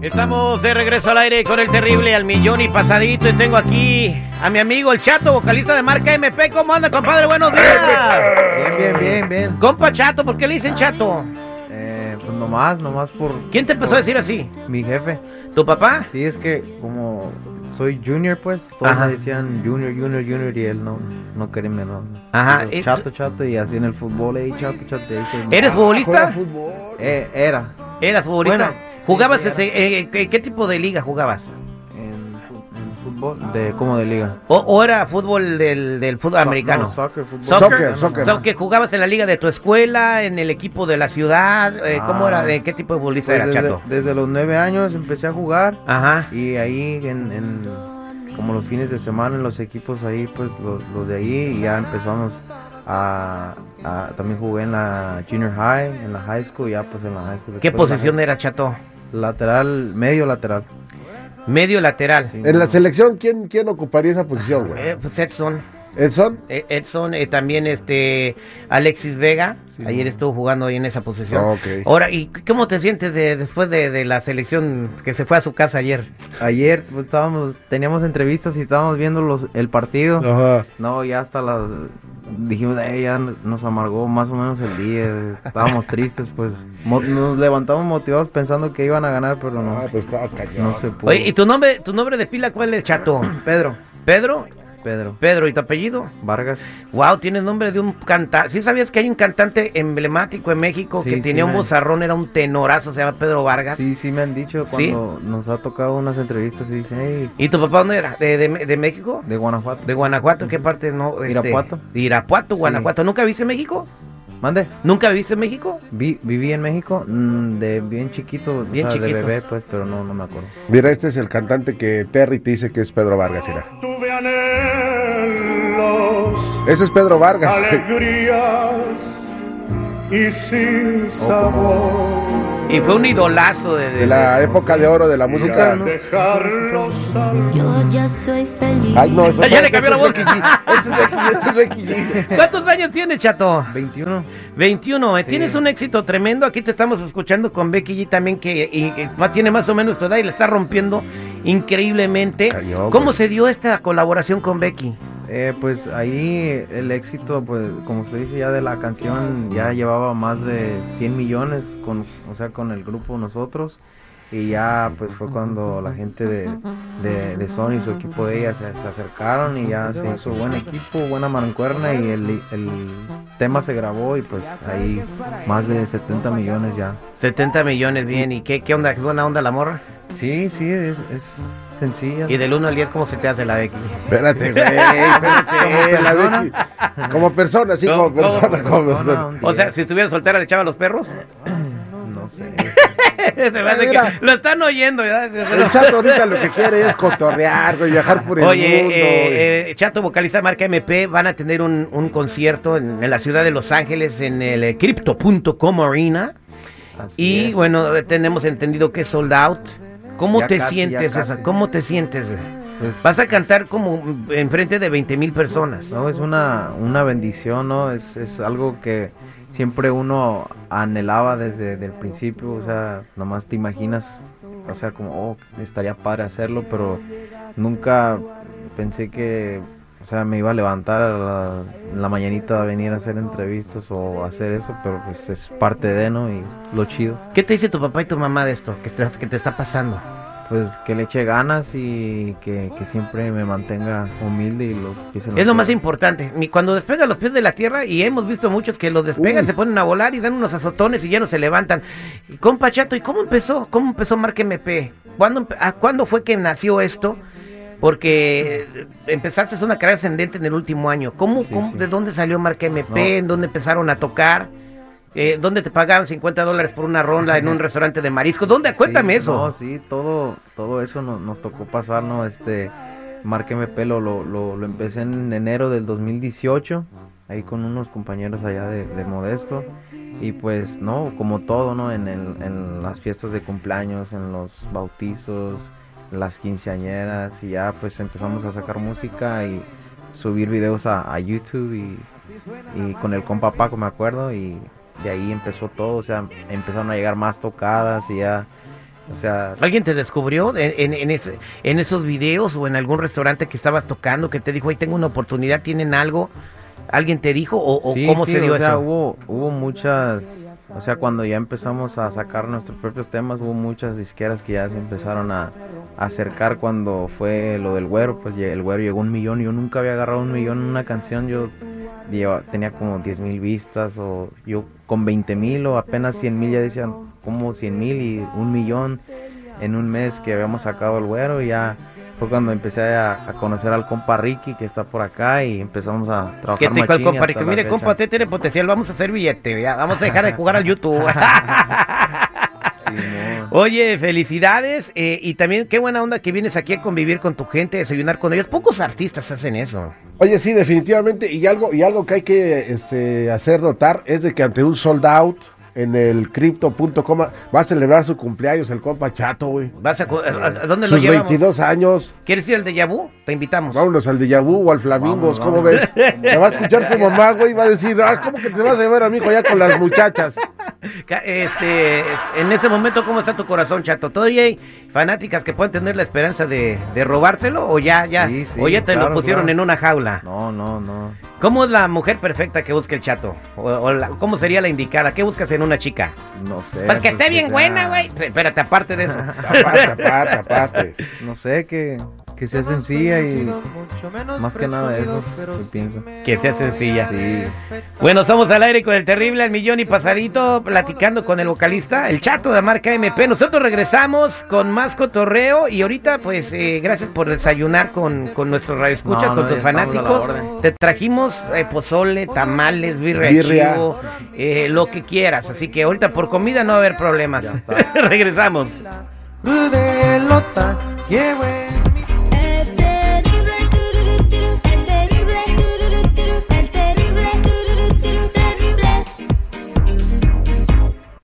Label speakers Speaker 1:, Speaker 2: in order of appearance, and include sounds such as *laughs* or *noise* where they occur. Speaker 1: Estamos de regreso al aire con el terrible al millón y pasadito y tengo aquí a mi amigo el Chato, vocalista de marca MP. ¿Cómo anda, compadre? Buenos
Speaker 2: *laughs*
Speaker 1: días.
Speaker 2: Bien, bien, bien, bien.
Speaker 1: Compa Chato, ¿por qué le dicen Chato?
Speaker 2: Eh, pues nomás, nomás por
Speaker 1: ¿Quién te empezó a decir así?
Speaker 2: mi jefe.
Speaker 1: ¿Tu papá?
Speaker 2: Sí, es que como soy junior, pues, todos
Speaker 1: Ajá.
Speaker 2: me decían junior, junior, junior y él no, no quería menor.
Speaker 1: Ajá,
Speaker 2: Pero
Speaker 1: ¿y
Speaker 2: chato, chato y así en el fútbol, eh, chato, chato. y ahí se-
Speaker 1: ¿Eres futbolista?
Speaker 2: juega fútbol. Eh, era.
Speaker 1: ¿Eras futbolista?
Speaker 2: Bueno,
Speaker 1: ¿Jugabas
Speaker 2: sí, sí,
Speaker 1: ese- eh, eh, qué- qué tipo de liga jugabas?
Speaker 2: En, fu- en fútbol, de, como de liga.
Speaker 1: ¿O, o era fútbol del, del fútbol
Speaker 2: So-
Speaker 1: americano?
Speaker 2: no, soccer, fútbol.
Speaker 1: Soccer,
Speaker 2: americano,
Speaker 3: soccer.
Speaker 2: no.
Speaker 1: So, que jugabas en la liga de tu escuela, en el equipo de la ciudad, eh, ¿cómo
Speaker 2: Ah.
Speaker 1: era? ¿De qué tipo de futbolista
Speaker 2: Pues
Speaker 1: era
Speaker 2: desde,
Speaker 1: Chato?
Speaker 2: desde los nueve años empecé a jugar.
Speaker 1: Ajá.
Speaker 2: Y ahí en, en- como los fines de semana en los equipos ahí, pues los, los de ahí y ya empezamos a, a- también jugué en la junior high, en la high school, ya pues en la high school.
Speaker 1: ¿Qué
Speaker 2: después la-
Speaker 1: posición era Chato?
Speaker 2: Lateral, medio lateral.
Speaker 1: Medio lateral.
Speaker 2: sí.
Speaker 3: En la selección, ¿quién, quién ocuparía esa posición, güey?
Speaker 1: Eh, pues Edson,
Speaker 3: Edson.
Speaker 1: eh, Edson, eh, también este Alexis Vega,
Speaker 2: Sí,
Speaker 1: ayer
Speaker 2: no.
Speaker 1: estuvo jugando ahí en esa posición.
Speaker 3: Ah, Ok.
Speaker 1: Ahora, ¿y c- cómo te sientes de- después de, de la selección que se fue a su casa ayer?
Speaker 2: Ayer pues, estábamos, teníamos entrevistas y estábamos viendo los, el partido. No.
Speaker 3: Ajá.
Speaker 2: ya hasta las... Dijimos, "Eh, ya nos amargó más o menos el día, estábamos tristes, pues mo- nos levantamos motivados pensando que iban a ganar, pero no,
Speaker 3: Ah, pues estaba cañón.
Speaker 2: no se pudo.
Speaker 1: Oye, ¿y tu nombre, tu nombre de pila cuál es, Chato?
Speaker 2: *clears throat* Pedro,
Speaker 1: Pedro,
Speaker 2: Pedro.
Speaker 1: Pedro, ¿y tu apellido?
Speaker 2: Vargas.
Speaker 1: Wow, tienes nombre de un cantante. ¿Sí sabías que hay un cantante emblemático en México
Speaker 2: Sí,
Speaker 1: que
Speaker 2: sí,
Speaker 1: tenía un
Speaker 2: me-
Speaker 1: bozarrón, era un tenorazo, se llama Pedro Vargas?
Speaker 2: Sí, sí me han dicho
Speaker 1: ¿Sí?
Speaker 2: cuando nos ha tocado unas entrevistas y dicen, hey,
Speaker 1: ¿Y tu papá dónde era? ¿De, de- de México?
Speaker 2: de Guanajuato.
Speaker 1: ¿De Guanajuato? ¿Qué parte? No, este,
Speaker 2: Irapuato.
Speaker 1: de Irapuato,
Speaker 2: Sí.
Speaker 1: Guanajuato. ¿Nunca viste México?
Speaker 2: Mande,
Speaker 1: ¿Nunca viste México?
Speaker 2: vi- viví en México mm, de bien chiquito,
Speaker 1: Bien
Speaker 2: o sea,
Speaker 1: chiquito.
Speaker 2: de bebé, pues, pero no, no me acuerdo.
Speaker 3: Mira, este es el cantante que Terry te dice que es Pedro Vargas, mira.
Speaker 4: Tuve
Speaker 3: *laughs*
Speaker 4: anhelos,
Speaker 3: Ese es Pedro Vargas.
Speaker 4: alegrías y sin
Speaker 1: *laughs*
Speaker 2: Oh,
Speaker 4: sabor.
Speaker 1: Y fue un idolazo de, de-
Speaker 3: De la época de oro de la música.
Speaker 2: ¿no?
Speaker 4: Dejarlos al
Speaker 5: Yo ya soy feliz.
Speaker 3: Ay, no,
Speaker 1: *laughs* Ya le
Speaker 2: *laughs*
Speaker 1: cambió la voz.
Speaker 3: Este es Becky G, este es Becky G.
Speaker 1: ¿Cuántos años tienes, Chato?
Speaker 2: 21.
Speaker 1: 21. eh,
Speaker 2: Sí.
Speaker 1: Tienes un éxito tremendo. Aquí te estamos escuchando con Becky G también, que y- y ma- tiene más o menos tu edad y la está rompiendo increíblemente.
Speaker 3: Cañón,
Speaker 1: ¿Cómo
Speaker 3: güey.
Speaker 1: se dio esta colaboración con Becky?
Speaker 2: Eh, pues ahí el éxito, pues, como usted dice, ya de la canción ya llevaba más de 100 millones, con, o sea, con el grupo nosotros. Y ya, pues, fue cuando la gente de, de, de Sony, su equipo de ella, se, se acercaron y ya se hizo buen equipo, buena mancuerna y el, el tema se grabó y pues ahí más de 70 millones ya.
Speaker 1: 70 millones, bien. ¿Y qué, qué onda? ¿Es buena onda la morra?
Speaker 2: Sí, sí, es, es sencilla. *laughs*
Speaker 1: Y del 1 al 10, ¿cómo se te hace la Becky?
Speaker 3: Espérate, güey.
Speaker 2: Eh,
Speaker 3: espérate,
Speaker 1: *laughs*
Speaker 3: la Becky. Como persona, sí, como
Speaker 1: Como- como
Speaker 2: *laughs*
Speaker 3: persona, como
Speaker 2: persona,
Speaker 3: persona.
Speaker 2: un
Speaker 1: O sea,
Speaker 2: diez.
Speaker 1: si estuviera soltera, le echaba a los perros.
Speaker 2: No sé.
Speaker 1: *laughs* se me hace que
Speaker 3: Mira.
Speaker 1: lo están oyendo, ¿verdad?
Speaker 3: El chato ahorita lo que quiere es cotorrear, güey, viajar por el
Speaker 1: Oye,
Speaker 3: mundo. güey.
Speaker 1: eh, eh, Chato Vocaliza Marca MP van a tener un, un concierto en, en la ciudad de Los Ángeles en el eh, Crypto.com Arena.
Speaker 2: Así
Speaker 1: Y
Speaker 2: es.
Speaker 1: bueno, eh, tenemos entendido que es sold out. ¿Cómo
Speaker 2: Ya
Speaker 1: te
Speaker 2: casi, ya
Speaker 1: sientes,
Speaker 2: casi.
Speaker 1: Asa? ¿Cómo te sientes? güey?
Speaker 2: Pues-
Speaker 1: Vas a cantar como mm, enfrente de 20 mil personas.
Speaker 2: No, es una, una bendición, ¿no? Es, es algo que siempre uno anhelaba desde el principio, o sea, nomás te imaginas, o sea, como, oh, estaría padre hacerlo, pero nunca pensé que, o sea, me iba a levantar a la, en la mañanita a venir a hacer entrevistas o hacer eso, pero pues es parte de, ¿no? Y es lo chido.
Speaker 1: ¿Qué te dice tu papá y tu mamá de esto que, estás- que te está pasando?
Speaker 2: Pues que le eche ganas y que, que siempre me mantenga humilde y los pies en la
Speaker 1: Es lo más
Speaker 2: tierra.
Speaker 1: importante. Mi- Cuando despega los pies de la tierra, y hemos visto muchos que los despegan,
Speaker 3: Uy.
Speaker 1: se ponen a volar y dan unos azotones y ya no se levantan. Y, Compa Chato, ¿y cómo empezó? ¿Cómo empezó Marca MP? ¿Cuándo, empe- a- ¿Cuándo fue que nació esto? Porque eh, empezaste una carrera ascendente en el último año. ¿Cómo,
Speaker 2: Sí,
Speaker 1: cómo-
Speaker 2: sí.
Speaker 1: ¿De dónde salió Marca MP?
Speaker 2: No.
Speaker 1: ¿En dónde empezaron a tocar? Eh, ¿Dónde te pagaban 50 dólares por una ronda
Speaker 2: *laughs*
Speaker 1: en un restaurante de marisco? ¿Dónde? Cuéntame
Speaker 2: Sí,
Speaker 1: eso.
Speaker 2: No, sí, todo, todo eso no- nos tocó pasar, ¿no? Este, márqueme pelo, lo, lo, lo empecé en enero del 2018, ahí con unos compañeros allá de, de Modesto. Y pues, no, como todo, ¿no? En, el- en las fiestas de cumpleaños, en los bautizos, las quinceañeras, y ya pues empezamos a sacar música y subir videos a, a YouTube y, y con el compa Paco, me acuerdo, y de ahí empezó todo, o sea, empezaron a llegar más tocadas y ya O sea,
Speaker 1: ¿Alguien te descubrió en, en- en ese- en esos videos o en algún restaurante que estabas tocando que te dijo, ahí tengo una oportunidad, tienen algo? ¿Alguien te dijo o, o
Speaker 2: sí,
Speaker 1: cómo
Speaker 2: sí,
Speaker 1: se dio
Speaker 2: o sea,
Speaker 1: eso?
Speaker 2: Hubo, hubo muchas, o sea, cuando ya empezamos a sacar nuestros propios temas, hubo muchas disqueras que ya se empezaron a, a acercar cuando fue lo del güero, pues ya el güero llegó a un millón, yo nunca había agarrado un millón en una canción, yo lleva- tenía como 10 mil vistas o yo con 20 mil o apenas 100 mil ya decían como 100 mil y un millón en un mes que habíamos sacado el güero y ya... Fue cuando empecé a, a conocer al compa Ricky que está por acá y empezamos a trabajar.
Speaker 1: Que te dijo el
Speaker 2: machín y
Speaker 1: compa?
Speaker 2: hasta
Speaker 1: Que
Speaker 2: la
Speaker 1: mire,
Speaker 2: fecha".
Speaker 1: compa, usted tiene potencial, vamos a hacer billete, ya, vamos a dejar de jugar
Speaker 2: *laughs*
Speaker 1: al YouTube. *laughs*
Speaker 2: Simón.
Speaker 1: Oye, felicidades eh, y también qué buena onda que vienes aquí a convivir con tu gente, a desayunar con ellos. Pocos artistas hacen eso.
Speaker 3: Oye, sí, definitivamente. Y algo, y algo que hay que este, hacer notar es de que ante un sold out en el crypto.com va a celebrar su cumpleaños el compa Chato, güey.
Speaker 1: ¿Vas a, cu- a- a- a dónde lo
Speaker 3: Sus
Speaker 1: llevamos?
Speaker 3: 22 años.
Speaker 1: ¿Quieres ir al de Vu? Te invitamos.
Speaker 3: Vámonos al de Vu o al Flamingos,
Speaker 2: Vámonos,
Speaker 3: ¿cómo
Speaker 2: vámonos.
Speaker 3: ves? Me va a escuchar su mamá, güey, y va a decir, ah, ¿cómo que te vas a llevar a mi hijo allá con las muchachas?
Speaker 1: Ca- Este, en ese momento, ¿cómo está tu corazón, chato? ¿Todavía hay fanáticas que pueden tener la esperanza de, de robártelo o ya, ya,
Speaker 2: Sí, sí,
Speaker 1: o ya te lo
Speaker 2: claro,
Speaker 1: pusieron
Speaker 2: claro.
Speaker 1: en una jaula?
Speaker 2: No, no, no.
Speaker 1: ¿Cómo es la mujer perfecta que busca el chato? O, o la- ¿Cómo sería la indicada? ¿Qué buscas en una chica?
Speaker 2: No sé.
Speaker 1: Pues que esté
Speaker 2: Eh, sea-
Speaker 1: bien buena, güey. P- Espérate, aparte de eso.
Speaker 2: *laughs*
Speaker 3: Aparte, aparte, aparte.
Speaker 2: No sé, que, que sea sencilla y más que nada eso, yo pienso.
Speaker 1: Que sea sencilla.
Speaker 2: Sí.
Speaker 1: Bueno, somos al aire con el terrible al millón y pasadito, platicando con el vocalista, el chato de la marca MP. Nosotros regresamos con más cotorreo y ahorita, pues, eh, gracias por desayunar con, con nuestros radioescuchas,
Speaker 2: No,
Speaker 1: con
Speaker 2: no,
Speaker 1: tus
Speaker 2: ya estamos a la
Speaker 1: fanáticos.
Speaker 2: orden.
Speaker 1: Te trajimos eh, pozole, tamales, birria, de
Speaker 3: Birria.
Speaker 1: chivo, eh, lo que quieras. Así que ahorita por *laughs* comida no va a haber problemas.
Speaker 2: Ya está.
Speaker 1: regresamos.
Speaker 5: de lota, llevo en